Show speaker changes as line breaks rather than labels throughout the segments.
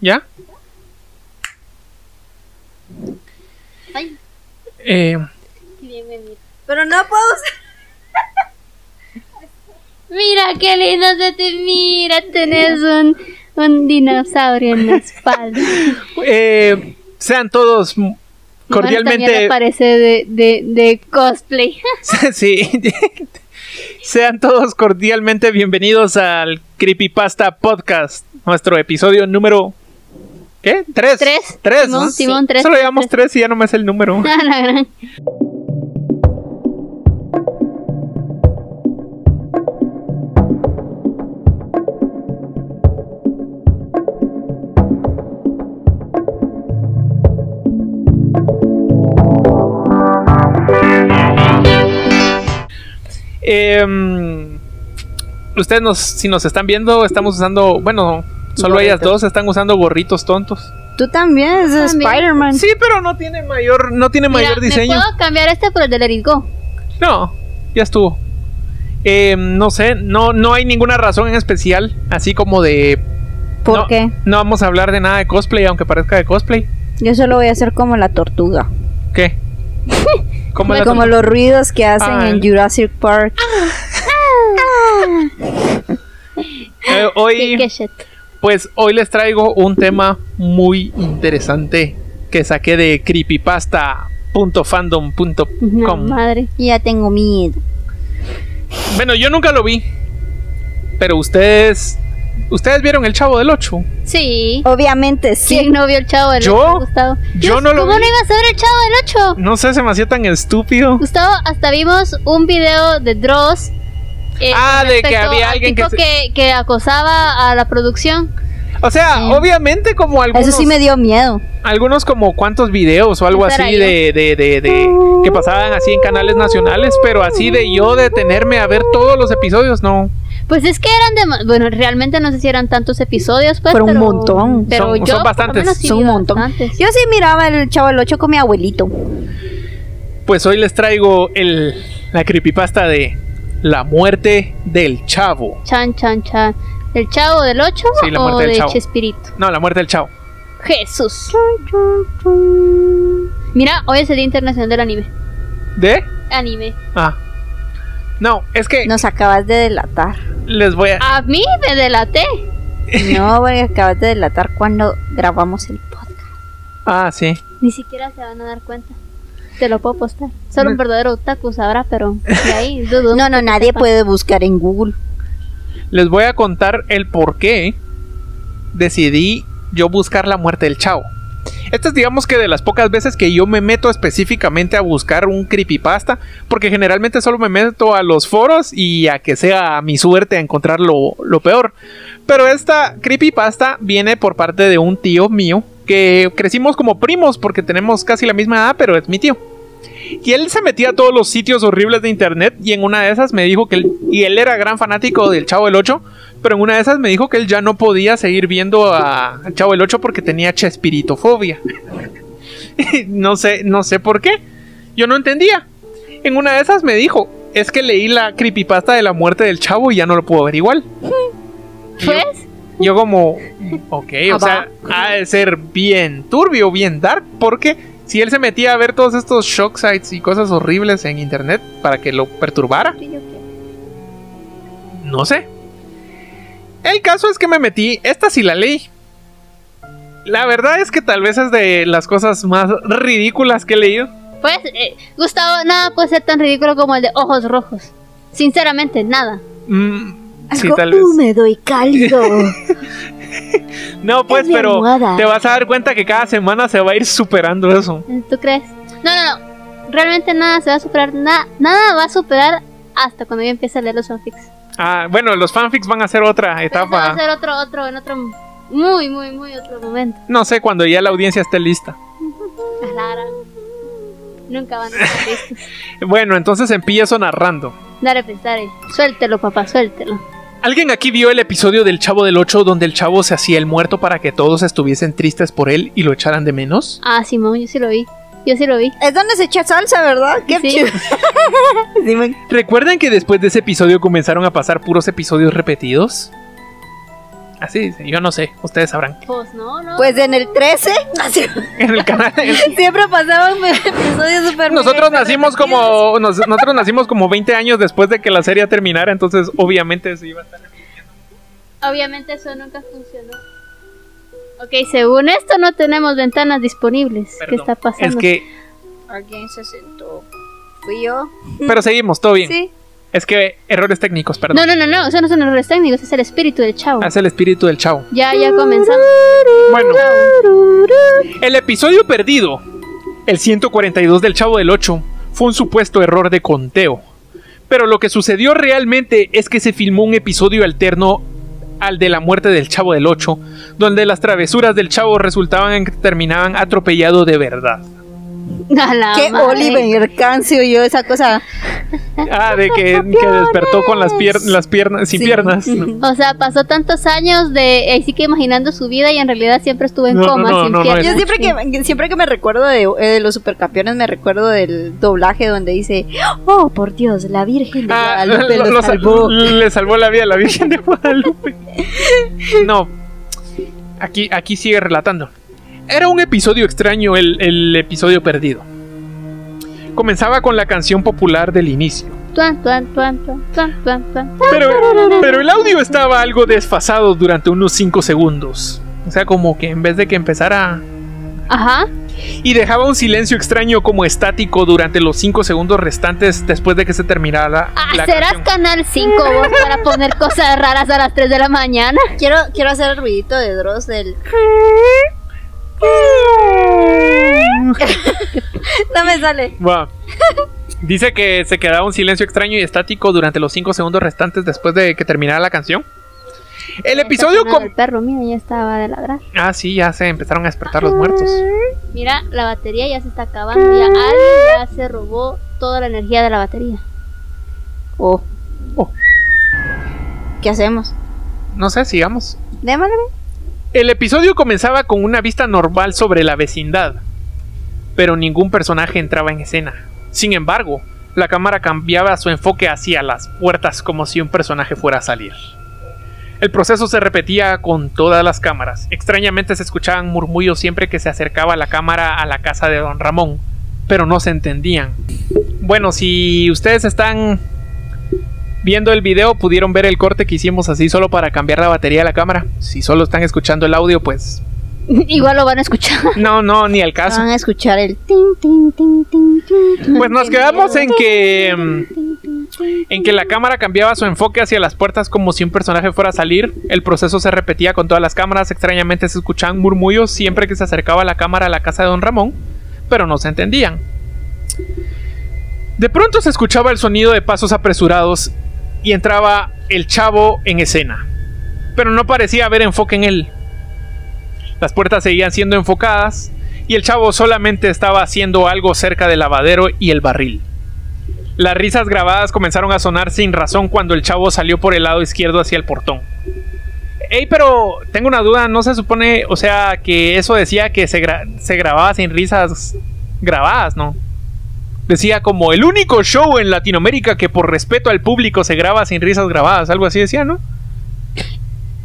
¿Ya?
Ay,
Eh,
bienvenido.
Pero no puedo usar.
Mira qué lindo se te mira. Tenés un, un dinosaurio en la espalda.
eh, sean todos m- cordialmente.
Bueno, también aparece de, de, de cosplay.
sí. sean todos cordialmente bienvenidos al Creepypasta Podcast, nuestro episodio número. ¿Qué? ¿Tres?
Tres.
Tres.
Simón,
¿no?
Simón,
Sí.
tres,
Solo
tres,
llevamos tres y ya no me es el número.
A la gran.
Em, ustedes nos, si nos están viendo, estamos usando, bueno, solo ellas
Gorritos.
dos están usando gorritos tontos.
Tú también, es de
También.
Spider-Man.
Sí, pero no tiene mayor, no tiene
Ah, Mira,
mayor
¿Me
diseño.
puedo cambiar este por el de Let It Go?
No, ya estuvo. Em, no sé, no, no hay ninguna razón en especial, así como de
¿Por
no,
qué?
no vamos a hablar de nada de cosplay, aunque parezca de cosplay.
Yo solo voy a hacer como la tortuga.
¿Qué? ¿Cómo la-
Como los ruidos que hacen
Ah,
en
el-
Jurassic Park.
Eh,
Sí,
hoy,
qué shit.
pues hoy les traigo un tema muy interesante que saqué de
No,
creepypasta.fandom.com.
madre.
Ya tengo miedo.
Bueno, yo nunca lo vi. Pero ustedes. Ustedes vieron el Chavo del 8.
Sí.
Obviamente
¿Quién
sí.
no vio el chavo del
¿Yo?
Ocho, Gustavo?
Yo
Dios,
no lo
¿Cómo
vi.
no ibas a ver el chavo del 8?
No sé, se me hacía tan estúpido.
Gustavo, hasta vimos un video de Dross. eh,
Ah,
con
de que
respecto
había
al
alguien que
tipo
se-
que, que acosaba a la producción.
O sea, obviamente, como algunos.
Eso sí me dio miedo.
Algunos, como cuántos videos o algo
Esa
así
era
de, de, de, de- que pasaban así en canales nacionales. Pero así de yo detenerme a ver todos los episodios, no.
Pues es que eran de. ma- Bueno, realmente no sé si eran tantos episodios, pues.
Pero un
pero-
montón.
Pero
Son- son
yo, por lo
bastantes.
menos, sí
Son un
vi
montón.
bastantes.
Yo sí miraba el Chavo del 8 con mi abuelito.
Pues hoy les traigo el, la creepypasta de La muerte del Chavo.
Chan, chan, chan. ¿El chavo del 8
Sí, la
o
muerte del
de
chavo.
Chespirito?
No, la muerte del Chavo.
Jesús. Mira, hoy es el Día Internacional del Anime.
¿De?
Anime.
Ah. No, es que
Nos acabas de delatar.
les voy a.
A mí me delaté.
No, porque acabas de delatar cuando grabamos el podcast.
Ah, sí.
Ni siquiera se van a dar cuenta. Te lo puedo postar. Solo un
No.
verdadero otaku sabrá, pero de ahí dudo.
No, no, nadie puede buscar en Google.
Les voy a contar el por qué decidí yo buscar la muerte del chavo. Esta es, digamos que, de las pocas veces que yo me meto específicamente a buscar un creepypasta, porque generalmente solo me meto a los foros y a que sea mi suerte a encontrar lo, lo peor. Pero esta creepypasta viene por parte de un tío mío, que crecimos como primos porque tenemos casi la misma edad, pero es mi tío. Y él se metía a todos los sitios horribles de internet y en una de esas me dijo que él, y él era gran fanático del Chavo del 8, pero en una de esas me dijo que él ya no podía seguir viendo a al Chavo del 8 porque tenía chespiritofobia. no sé, no sé por qué. Yo no entendía. En una de esas me dijo, es que leí la creepypasta de la muerte del Chavo y ya no lo puedo ver igual. Y yo-
Pues,
yo como, ok,
Ah,
o sea, ha de ser bien turbio, bien dark, porque si él se metía a ver todos estos shock sites y cosas horribles en internet para que lo perturbara, no sé. El caso es que me metí, esta sí la leí. La verdad es que tal vez es de las cosas más ridículas que he leído.
pues eh, Gustavo, nada puede ser tan ridículo como el de ojos rojos. Sinceramente, nada.
Mm, sí,
Algo
tal vez.
húmedo y cálido.
No, pues,
mi
pero
almohada.
te vas a dar cuenta que cada semana se va a ir superando eso.
¿Tú crees? No, no, no. Realmente nada se va a superar. na- nada va a superar hasta cuando yo empiece a leer los fanfics.
Ah, bueno, los fanfics van a ser otra
Pero eso va
etapa.
a ser otro, otro, en otro. Muy, muy, muy otro momento.
No sé, cuando ya la audiencia esté lista.
A la gran. Nunca van a estar listos.
Bueno, entonces empiezo narrando.
Dale, pues, dale. Suéltelo, papá, suéltelo.
¿Alguien aquí vio el episodio del Chavo del 8 donde el chavo se hacía el muerto para que todos estuviesen tristes por él y lo echaran de menos?
Ah, Simón, yo sí lo vi. Yo sí lo vi.
es donde se echa salsa, ¿verdad? Qué
Sí.
chido. Sí, me-
¿Recuerdan que después de ese episodio comenzaron a pasar puros episodios repetidos? Así dice, Ah, yo no sé, ustedes sabrán.
Pues no, no.
Pues en el 13
En el canal.
siempre pasaban episodios super
Nosotros nacimos como nos- nosotros nacimos como 20 años después de que la serie terminara, entonces obviamente eso iba a estar.
Obviamente eso nunca funcionó. Ok, según esto no tenemos ventanas disponibles. ¿Qué
Perdón.
está
Es
pasando?
que
Alguien se sentó. Fui yo.
Mm.
pero seguimos, todo bien.
Sí.
Es que errores técnicos, perdón.
No, no, no, no, eso no son errores técnicos, es el espíritu del chavo.
Hace el espíritu del chavo.
Ya, ya comenzamos.
Bueno, el episodio perdido, el 142 del Chavo del 8, fue un supuesto error de conteo. Pero lo que sucedió realmente es que se filmó un episodio alterno al de la muerte del Chavo del 8, donde las travesuras del Chavo resultaban en que terminaban atropellado de verdad.
A la
Que
madre.
Oliver Cancio y yo esa cosa.
Ah, de que, que despertó con las, pier- las piernas, sin
Sí.
piernas. ¿no?
O sea, pasó tantos años de ahí sí que imaginando su vida y en realidad siempre estuvo en
No, no,
coma
no,
sin
no, no,
piernas.
es-
Yo siempre que siempre que me recuerdo de, eh, de los supercampeones me recuerdo del doblaje donde dice, "Oh, por Dios, la Virgen de
Ah,
Guadalupe
lo-
lo,
lo sal-
salvó."
Le salvó la vida a la Virgen de Guadalupe. No. Aquí, aquí sigue relatando. Era un episodio extraño el, el episodio perdido. Comenzaba con la canción popular del inicio.
Tuan, tuan, tuan, tuan, tuan, tuan, tuan.
Pero, pero el audio estaba algo desfasado durante unos 5 segundos. O sea, como que en vez de que empezara...
Ajá.
Y dejaba un silencio extraño como estático durante los 5 segundos restantes después de que se terminara
Ah,
la
¿Serás
canción.
Canal 5 vos para poner cosas raras a las 3 de la mañana?
Quiero quiero hacer el ruidito de Dross del No me sale.
Va. Dice que se quedaba un silencio extraño y estático durante los 5 segundos restantes después de que terminara la canción. El episodio
con... El
com-
perro, mira, ya estaba de ladrar.
Ah, sí, ya se empezaron a despertar los muertos.
Mira, la batería ya se está acabando. Ya alguien ya se robó toda la energía de la batería.
Oh.
Oh.
¿Qué hacemos?
No sé, sigamos.
Démosle.
El episodio comenzaba con una vista normal sobre la vecindad, pero ningún personaje entraba en escena. Sin embargo, la cámara cambiaba su enfoque hacia las puertas como si un personaje fuera a salir. El proceso se repetía con todas las cámaras. Extrañamente se escuchaban murmullos siempre que se acercaba la cámara a la casa de don Ramón, pero no se entendían. Bueno, si ustedes están viendo el video pudieron ver el corte que hicimos así solo para cambiar la batería de la cámara. Si solo están escuchando el audio, pues
Igual lo van a escuchar.
no, no, ni al caso.
Van a escuchar el tin tin tin tin tin. tin.
Pues nos quedamos en que mm, en que la cámara cambiaba su enfoque hacia las puertas como si un personaje fuera a salir. El proceso se repetía con todas las cámaras. Extrañamente se escuchaban murmullos siempre que se acercaba la cámara a la casa de Don Ramón, pero no se entendían. De pronto se escuchaba el sonido de pasos apresurados y entraba el chavo en escena. Pero no parecía haber enfoque en él. Las puertas seguían siendo enfocadas y el chavo solamente estaba haciendo algo cerca del lavadero y el barril. Las risas grabadas comenzaron a sonar sin razón cuando el chavo salió por el lado izquierdo hacia el portón. Ey, pero tengo una duda, ¿no se supone, o sea, que eso decía que se, gra- se grababa sin risas grabadas, ¿no? Decía como el único show en Latinoamérica que por respeto al público se graba sin risas grabadas, algo así decía, ¿no?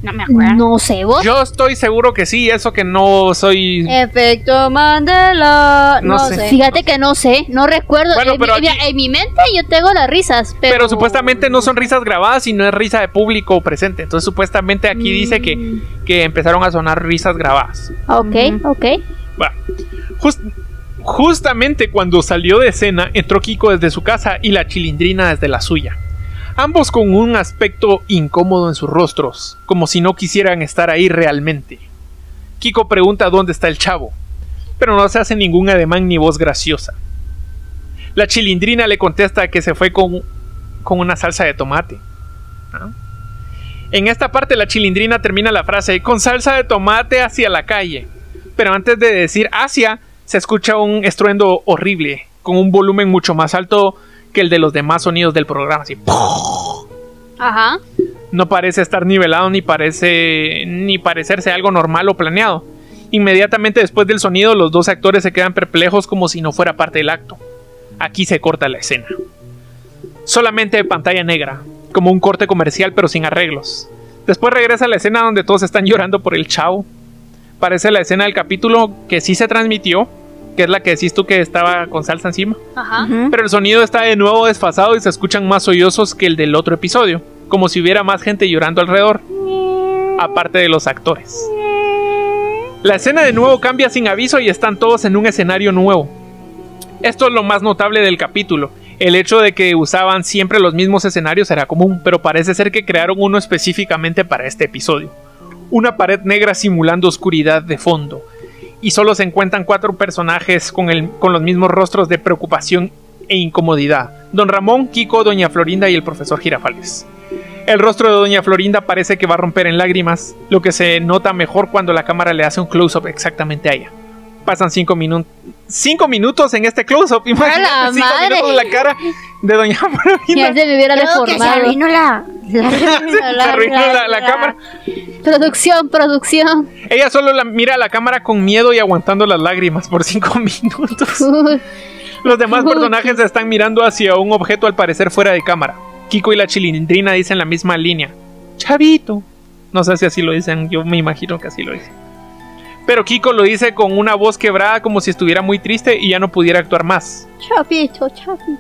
No me
No sé vos.
Yo estoy seguro que sí, eso que no soy...
Efecto Mandela.
No
No,
sé.
sé.
Fíjate que no sé, no recuerdo.
Bueno,
en,
pero
mi, mira,
aquí-
en mi mente yo tengo las risas, pero.
Pero... supuestamente no son risas grabadas, sino es risa de público presente. Entonces supuestamente aquí dice que,
Mm,
que empezaron a sonar risas grabadas.
Ok, ok.
Va. Jus- justamente cuando salió de escena, entró Kiko desde su casa y la chilindrina desde la suya. Ambos con un aspecto incómodo en sus rostros, como si no quisieran estar ahí realmente. Kiko pregunta dónde está el chavo, pero no se hace ningún ademán ni voz graciosa. La chilindrina le contesta que se fue con, con una salsa de tomate. ¿Ah? En esta parte la chilindrina termina la frase con salsa de tomate hacia la calle pero antes de decir Asia, se escucha un estruendo horrible, con un volumen mucho más alto que el de los demás sonidos del programa. Así, ¡puf!
Ajá.
no parece estar nivelado ni parece ni parecerse algo normal o planeado. Inmediatamente después del sonido, los dos actores se quedan perplejos como si no fuera parte del acto. Aquí se corta la escena. Solamente pantalla negra, como un corte comercial pero sin arreglos. Después regresa a la escena donde todos están llorando por el chavo. Parece la escena del capítulo que sí se transmitió, que es la que decís tú que estaba con salsa encima.
Ajá.
Ujú.
Pero el sonido está de nuevo desfasado y se escuchan más sollozos que el del otro episodio, como si hubiera más gente llorando alrededor, aparte de los actores. La escena de nuevo cambia sin aviso y están todos en un escenario nuevo. Esto es lo más notable del capítulo. El hecho de que usaban siempre los mismos escenarios era común, pero parece ser que crearon uno específicamente para este episodio. Una pared negra simulando oscuridad de fondo. Y solo se encuentran cuatro personajes con, el- con los mismos rostros de preocupación e incomodidad. Don Ramón, Kiko, Doña Florinda y el profesor Girafales. El rostro de Doña Florinda parece que va a romper en lágrimas, lo que se nota mejor cuando la cámara le hace un close-up exactamente a ella. Pasan cinco, minu- cinco minutos en este close-up, imagínate, cinco
madre!
minutos en la cara de Doña
Y
Florinda.
se me hubiera
Creo que se
deformado.
arruinó la, la-
Se arruinó la- la cámara.
Producción, producción.
Ella solo la- mira a la cámara con miedo y aguantando las lágrimas por cinco minutos.
Uy,
Los demás
Uy.
personajes están mirando hacia un objeto al parecer fuera de cámara. Kiko y la chilindrina dicen la misma línea. Chavito. No sé si así lo dicen, yo me imagino que así lo dicen. Pero Kiko lo dice con una voz quebrada como si estuviera muy triste y ya no pudiera actuar más.
Chapito, chapito.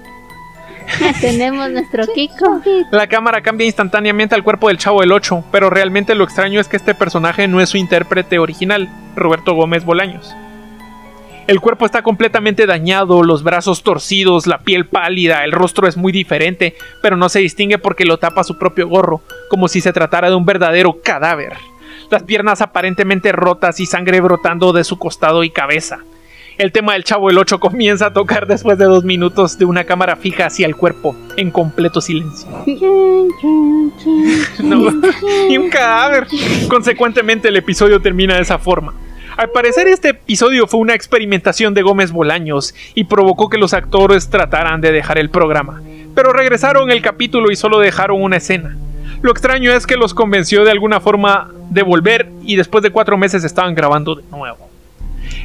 ya tenemos nuestro Kiko.
La cámara cambia instantáneamente al cuerpo del Chavo del 8, pero realmente lo extraño es que este personaje no es su intérprete original, Roberto Gómez Bolaños. El cuerpo está completamente dañado, los brazos torcidos, la piel pálida, el rostro es muy diferente, pero no se distingue porque lo tapa su propio gorro, como si se tratara de un verdadero cadáver. Las piernas aparentemente rotas y sangre brotando de su costado y cabeza. El tema del Chavo el 8 comienza a tocar después de dos minutos de una cámara fija hacia el cuerpo, en completo silencio. No, y un cadáver. Consecuentemente, el episodio termina de esa forma. Al parecer, este episodio fue una experimentación de Gómez Bolaños y provocó que los actores trataran de dejar el programa. Pero regresaron el capítulo y solo dejaron una escena. Lo extraño es que los convenció de alguna forma de volver y después de cuatro meses estaban grabando de nuevo.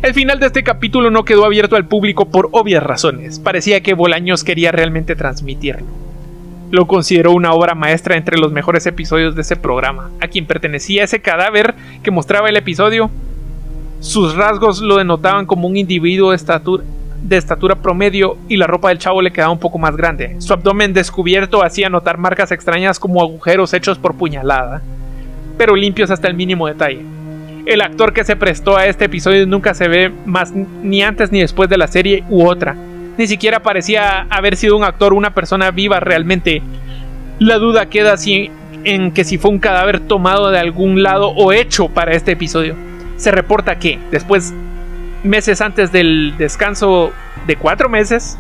El final de este capítulo no quedó abierto al público por obvias razones. Parecía que Bolaños quería realmente transmitirlo lo consideró una obra maestra entre los mejores episodios de ese programa. A quien pertenecía ese cadáver que mostraba el episodio, sus rasgos lo denotaban como un individuo de estatura, de estatura promedio y la ropa del chavo le quedaba un poco más grande. Su abdomen descubierto hacía notar marcas extrañas como agujeros hechos por puñalada, pero limpios hasta el mínimo detalle. El actor que se prestó a este episodio nunca se ve más ni antes ni después de la serie u otra. Ni siquiera parecía haber sido un actor, una persona viva realmente. La duda queda si- en que si fue un cadáver tomado de algún lado o hecho para este episodio. Se reporta que, después, meses antes del descanso de cuatro meses,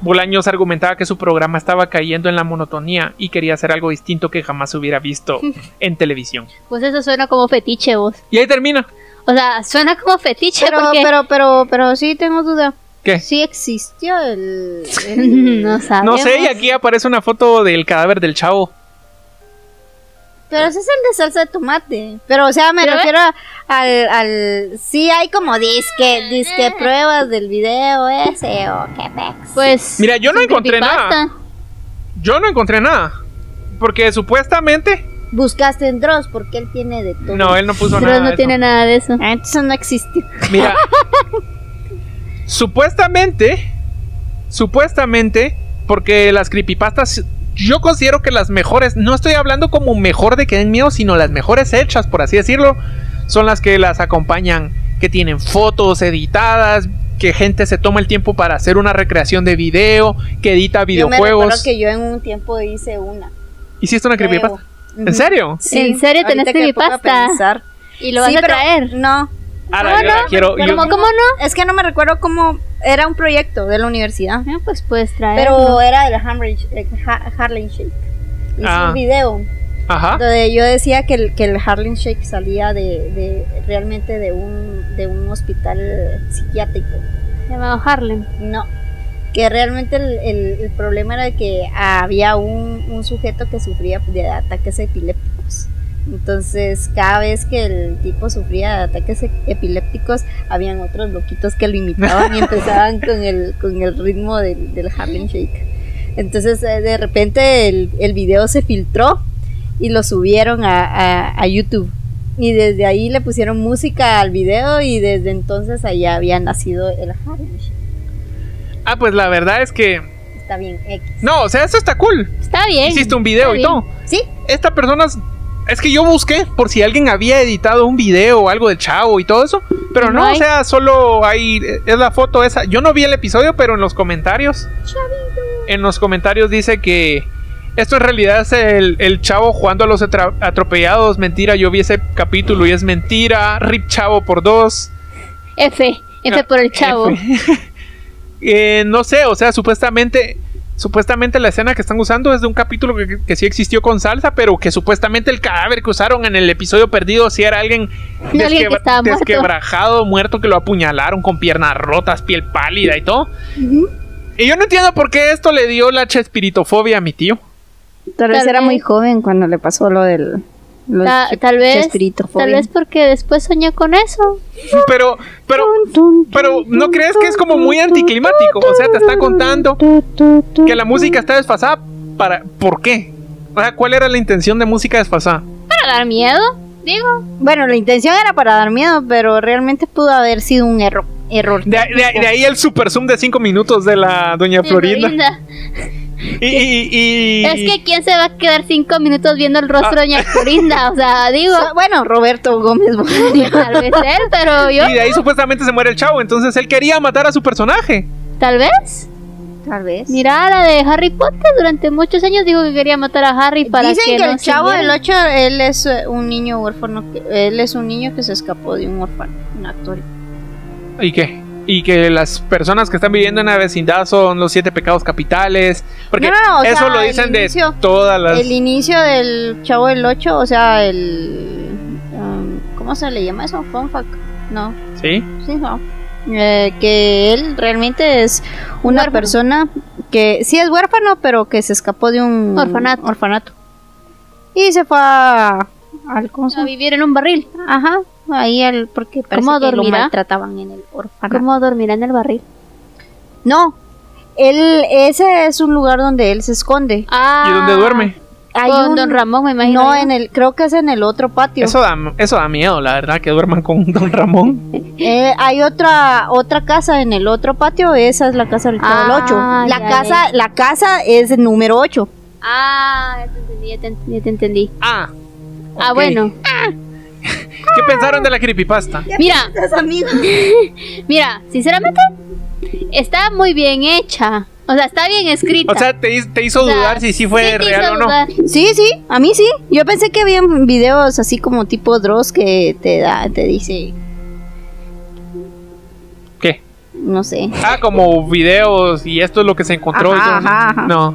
Bolaños argumentaba que su programa estaba cayendo en la monotonía y quería hacer algo distinto que jamás hubiera visto en televisión.
Pues eso suena como fetiche, vos.
Y ahí termina.
O sea, suena como fetiche
Pero,
porque...
pero, pero, pero sí tengo duda.
¿Qué?
Sí existió el. el-
no sabemos.
No sé, y aquí aparece una foto del cadáver del chavo.
Pero ese es el de salsa de tomate. Pero, o sea, me
Pero, ¿eh?
refiero a- al, al. Sí, hay como disque, disque pruebas del video ese o qué pex.
Pues...
Mira, yo no
es un
encontré
creepypasta.
Yo no encontré nada. Porque supuestamente.
Buscaste en Dross porque él tiene de todo.
No, él no puso
Pero
nada.
no
de
tiene
Pues, eso.
nada de eso.
Ah, entonces no existe.
Mira. supuestamente. Supuestamente. Porque las creepypastas. Yo considero que las mejores. No estoy hablando como mejor de que den miedo, sino las mejores hechas, por así decirlo. Son las que las acompañan. Que tienen fotos editadas. Que gente se toma el tiempo para hacer una recreación de video. Que edita
Yo me
videojuegos.
recuerdo que yo en un tiempo hice una.
¿Hiciste una
creo.
creepypasta?
Ujú.
¿En serio?
Ah, ¿En serio tenés
ahorita que me pongo a
creepypasta?
pensar.
Y lo vas
Sí,
a
pero
traer.
Ah, No,
Ahora yo Ah, la quiero.
pero
yo-
¿Cómo, cómo no?
es que no me recuerdo cómo era un proyecto de la universidad.
Eh, pues puedes traer.
Pero era del Harlem, el eh, Ha- Harlem Shake. Hice
Ah.
un video
Ajá.
donde yo decía que el, que el Harlem Shake salía de, de- realmente de un, de un hospital psiquiátrico.
Llamado Harlem.
No. Que realmente el, el- el problema era que había un, un sujeto que sufría de ataques epilépticos. Entonces, cada vez que el tipo sufría de ataques e- epilépticos, habían otros loquitos que lo imitaban y empezaban con el, con el ritmo del, del Harlem Shake. Entonces, eh, de repente, el, el video se filtró y lo subieron a, a, a YouTube. Y desde ahí le pusieron música al video y desde entonces allá había nacido el Hamish.
Ah, pues la verdad es que.
Está bien, X.
No, o sea, eso está cool.
Está bien.
Hiciste un video
está
y
bien.
todo.
Sí,
Esta persona. es- Es que yo busqué por si alguien había editado un video o algo del chavo y todo eso. Pero
Y
no,
no
o
hay.
sea, solo hay. Es la foto esa. Yo no vi el episodio, pero en los comentarios. En los comentarios dice que. Esto en realidad es el, el chavo jugando a los atra- atropellados. Mentira, yo vi ese capítulo y es mentira. Rip chavo por dos.
F. F
Ah,
por el chavo.
F. Eh, no sé, o sea, supuestamente. Supuestamente la escena que están usando es de un capítulo que, que sí existió con salsa, pero que supuestamente el cadáver que usaron en el episodio perdido sí era alguien,
No, alguien que estaba muerto.
desquebrajado, muerto, que lo apuñalaron con piernas rotas, piel pálida y todo. Y yo no entiendo por qué esto le dio la chespiritofobia a mi tío.
tal vez
Tal
era
vez.
muy joven cuando le pasó lo del... lo
Ta-
del
tal vez.
chespiritofobia.
Tal vez porque después soñó con eso.
Pero, pero,
Tun, tun, tun,
pero, ¿no
tun,
crees
tun,
que es como
tun,
muy
tun,
anticlimático? O sea, te está contando
tun, tun, tun,
que la música está desfasada para ¿por qué? O sea, ¿cuál era la intención de música desfasada?
Para dar miedo, digo.
Bueno, la intención era para dar miedo, pero realmente pudo haber sido un error. error.
De, de- de ahí el super zoom de 5 minutos de la doña
de
Florinda.
Florinda.
Y, y- y- Ah.
Es que quién se va a quedar cinco minutos viendo el rostro de Doña Florinda. O sea, digo.
So- bueno, Roberto Gómez Bolaño.
Tal vez él, pero yo.
y de ahí supuestamente se muere el chavo, entonces él quería matar a su personaje.
Tal vez.
Tal vez.
Mira, la de Harry Potter durante muchos años dijo que quería matar a Harry para
Dicen que,
que, no
el
se
chavo del
viera.
8, él es eh, un niño huérfano, que- él es un niño que se escapó de un huérfano, un actor.
¿Y qué? Y que las personas que están viviendo en la vecindad son los siete pecados capitales. Porque
No, no, no, o
eso
sea,
lo
el
dicen
inicio-
de todas las.
El inicio del chavo del 8, o sea, el... um, ¿Cómo se le llama eso? Fun fact. No,
Sí.
sí, no. Eh, que él realmente es una
Huérfano.
persona que sí es huérfano, pero que se escapó de un
Orfanato.
orfanato. Y se fue a... al ¿cómo se
a
llama?
vivir en un barril.
Ajá, ahí el porque parece
¿Cómo
que
dormirá?
lo maltrataban en el orfanato.
¿Cómo dormirá en el barril?
No, él, ese es un lugar donde él se esconde.
Ah,
¿Y dónde duerme?
Hay
con
un-
Don Ramón, me imagino.
No,
yo.
en el, creo que es en el otro patio.
Eso da, eso da miedo, la verdad, que duerman con Don Ramón.
Eh, hay otra otra casa en el otro patio, esa es la casa del Chavo del
Ah,
Ocho. La
ya,
casa, la casa es número 8.
Ah, ya te entendí, ya te entendí. ya te entendí.
Ah,
Ah,
Ok.
bueno.
¿qué pensaron de la creepypasta?
Mira, mira, sinceramente, está muy bien hecha. O sea, está bien escrita.
O sea, te, hiz- te hizo
O sea,
dudar si sí fue
sí te hizo
real o no.
dudar.
Sí, sí, a mí sí. Yo pensé que había videos así como tipo Dross que te da, te dice,
¿Qué?
no sé.
Ah, como videos y esto es lo que se encontró. y
Ajá,
todo.
ajá, ajá.
No,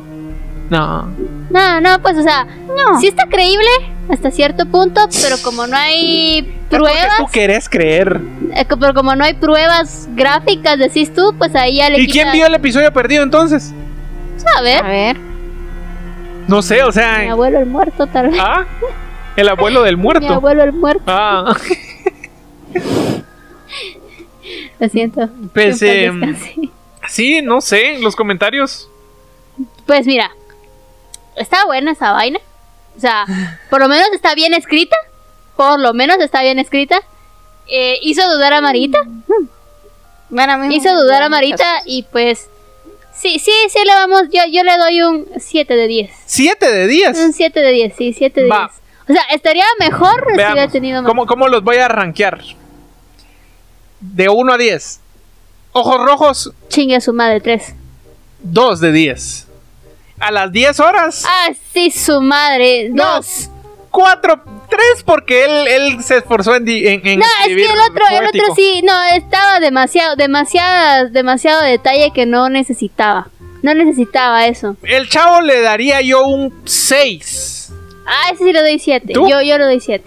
no.
No, no, pues, o sea,
No.
sí está creíble hasta cierto punto, pero como no hay
Es lo que tú
pruebas,
querés creer.
eh, co- pero como no hay pruebas gráficas, decís tú, pues ahí ya le
¿Y quién
quitas-
vio el episodio perdido entonces?
A ver,
A ver.
No sé, o sea.
mi abuelo el muerto, tal vez.
¿Ah? El abuelo del
Mi
muerto.
abuelo el muerto,
Ah,
lo siento.
pues,
Que
eh,
en paz descanse.
sí, no sé, los comentarios.
Pues mira, está buena esa vaina. O sea, por lo menos está bien escrita. Por lo menos está bien escrita. Eh, hizo dudar a Marita.
Mm.
Bueno, a mí me
hizo dudar a
muchas
Marita y pues... Sí, sí, sí, le vamos. Yo, yo le doy un 7 de 10.
Siete de
Un
días.
7 de 10, sí, 7 de
Va.
10. O sea, estaría mejor si hubiera
Veamos.
tenido más.
¿Cómo, ¿Cómo los voy a rankear? De 1 a 10. Ojos rojos,
Chingue su madre, 3.
2 de 10. A las 10 horas,
Ah, sí, su madre, 2.
No, cuatro, tres, porque él, él se esforzó en, di- en, en
No, es que
escribir
el otro, el
poético.
otro sí, no, estaba demasiado, demasiado, demasiado detalle que no necesitaba. No necesitaba eso.
El chavo le daría yo un 6.
Ah, ese sí le doy 7.
¿Tú?
Yo, yo le doy 7.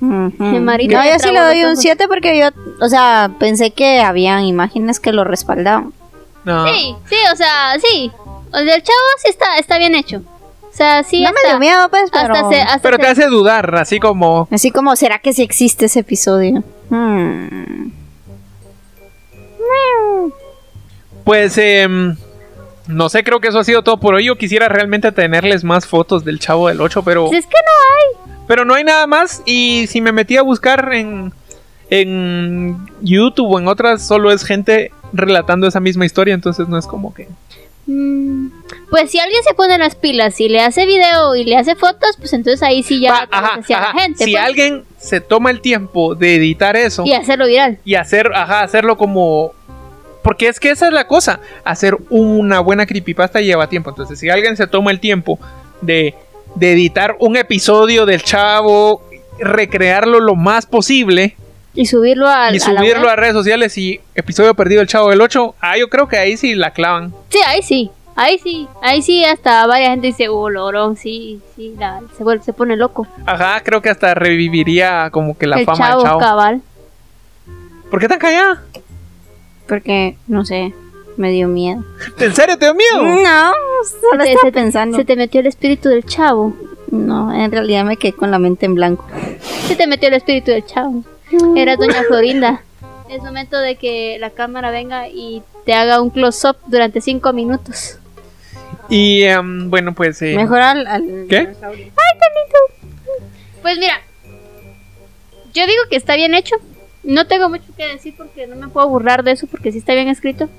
Ujú.
Marita
No,
me
yo sí le
trabó
doy
los
un
ojos.
7 porque yo, o sea, pensé que habían imágenes que lo respaldaban.
No.
Sí, sí, o sea, sí. O sea, el chavo sí está, está bien hecho. O sea, sí.
no me
hasta-
dio miedo, pues,
hasta
pero...
se- hasta
Pero
se-
te hace dudar, así como...
Así como, ¿será que sí existe ese episodio? Hmm.
Pues, em, No sé, creo que eso ha sido todo por hoy. Yo quisiera realmente tenerles más fotos del Chavo del 8, pero,
Pues es que no.
pero no hay nada más. Y si me metí a buscar en, en YouTube o en otras, solo es gente relatando esa misma historia, entonces no es como que...
Mm, Pues si alguien se pone las pilas y le hace video y le hace fotos, pues entonces ahí sí ya
Va,
la conoce hacia la
Ah, ajá.
gente.
si
pues,
alguien se toma el tiempo de editar eso
Y hacerlo viral.
y hacer, ajá, hacerlo como... Porque es que esa es la cosa, hacer una buena creepypasta lleva tiempo. Entonces, si alguien se toma el tiempo de, de editar un episodio del chavo, recrearlo lo más posible
Y subirlo a,
y
a la
subirlo
web.
a redes sociales y episodio perdido del chavo del 8, ah, yo creo que ahí sí la clavan.
Sí, ahí sí. Ahí sí. Ahí sí hasta varias gente dice, oh, lorón, sí, sí, la- se, vuelve, se pone loco.
Ajá, creo que hasta reviviría como que la
el
fama
chavo,
del chavo.
cabal.
¿Por qué tan callada?
Porque, no sé, me dio miedo.
¿En serio te dio miedo?
Mm.
No, solo
Se-
estaba
se-
pensando.
Se te metió el espíritu del chavo.
No, en realidad me quedé con la mente en blanco.
Se te metió el espíritu del chavo. Era doña Florinda. Es momento de que la cámara venga y te haga un close-up durante cinco minutos.
Y em, bueno, pues... eh,
Mejor al, al
¿Qué?
dinosaurio.
Pues mira, yo digo que está bien hecho. No tengo mucho que decir porque no me puedo burlar de eso porque sí está bien escrito.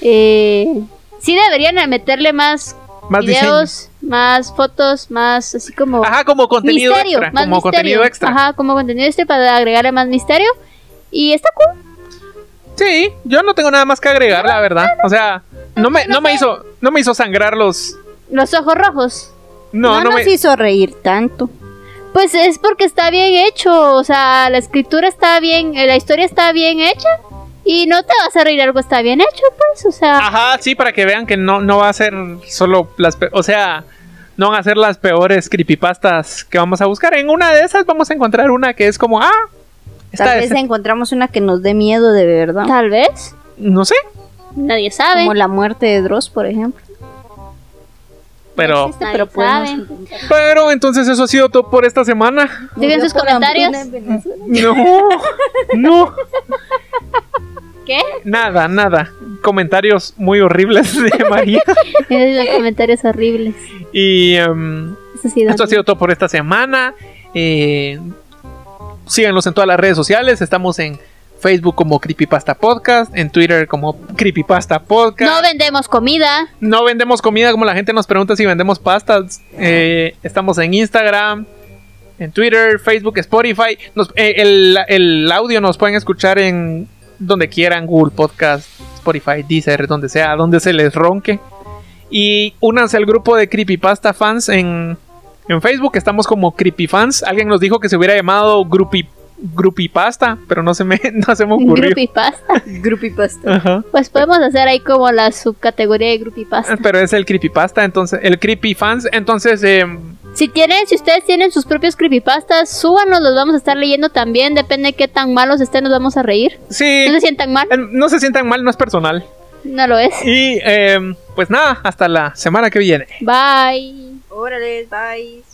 Eh, sí deberían de meterle más,
más diseño.
videos, más fotos, más así como
Ajá, como contenido
misterio,
extra.
más
Como
misterio.
contenido extra.
Ajá, como contenido extra para agregarle más misterio. Y está cool.
Sí, yo no tengo nada más que agregar, la verdad. O sea, no me, no me hizo, no me hizo sangrar los.
Los ojos rojos.
No, no,
nos
me.
hizo reír tanto.
Pues es porque está bien hecho, o sea, la escritura está bien, eh, la historia está bien hecha y no te vas a reír algo está bien hecho, pues, o sea,
Ajá, sí, para que vean que no, no va a ser solo las. pe- O sea, no van a ser las peores creepypastas que vamos a buscar. En una de esas vamos a encontrar una que es como, ah, esta
Tal vez
es.
encontramos una que nos dé miedo de verdad.
tal vez,
No sé,
nadie sabe.
Como la muerte de Dross, por ejemplo.
pero.
Nadie
pero
sabe.
podemos intentar.
Pero entonces eso ha sido todo por esta semana.
Digan sus
Murió por
comentarios.
hambruna en Venezuela.
No, no,
¿Qué?
nada, nada. Comentarios muy horribles de María.
Esos comentarios horribles.
Y. em,
Eso ha sido.
Esto ha sido todo por esta semana. Eh, síganos en todas las redes sociales. Estamos en Facebook como Creepypasta Podcast, en Twitter como Creepypasta
No
Podcast.
vendemos comida.
No, vendemos comida como la gente nos pregunta si vendemos pastas. Eh, estamos en Instagram, en Twitter, Facebook, Spotify. Nos- eh, el, el audio nos pueden escuchar en donde quieran, Google Podcast, Spotify, Deezer, donde sea, donde se les ronque. Y únanse al grupo de Creepypasta Fans en, en Facebook. Estamos como Creepyfans. Alguien nos dijo que se hubiera llamado Grupi, Grupipasta, pero no se me, no se me ocurrió.
Grupipasta.
Grupipasta.
Ajá.
Pues podemos hacer ahí como la subcategoría de grupipasta.
Pero es el Creepypasta, entonces, el Creepyfans. Entonces, eh,
Si tienen, si ustedes tienen sus propios creepypastas, súbanos, los vamos a estar leyendo también. Depende de qué tan malos estén, nos vamos a reír.
Sí,
No se sientan mal,
eh, no se sientan mal, no es personal.
no lo es.
Y eh, pues nada, hasta la semana que viene.
Bye.
Órale, bye.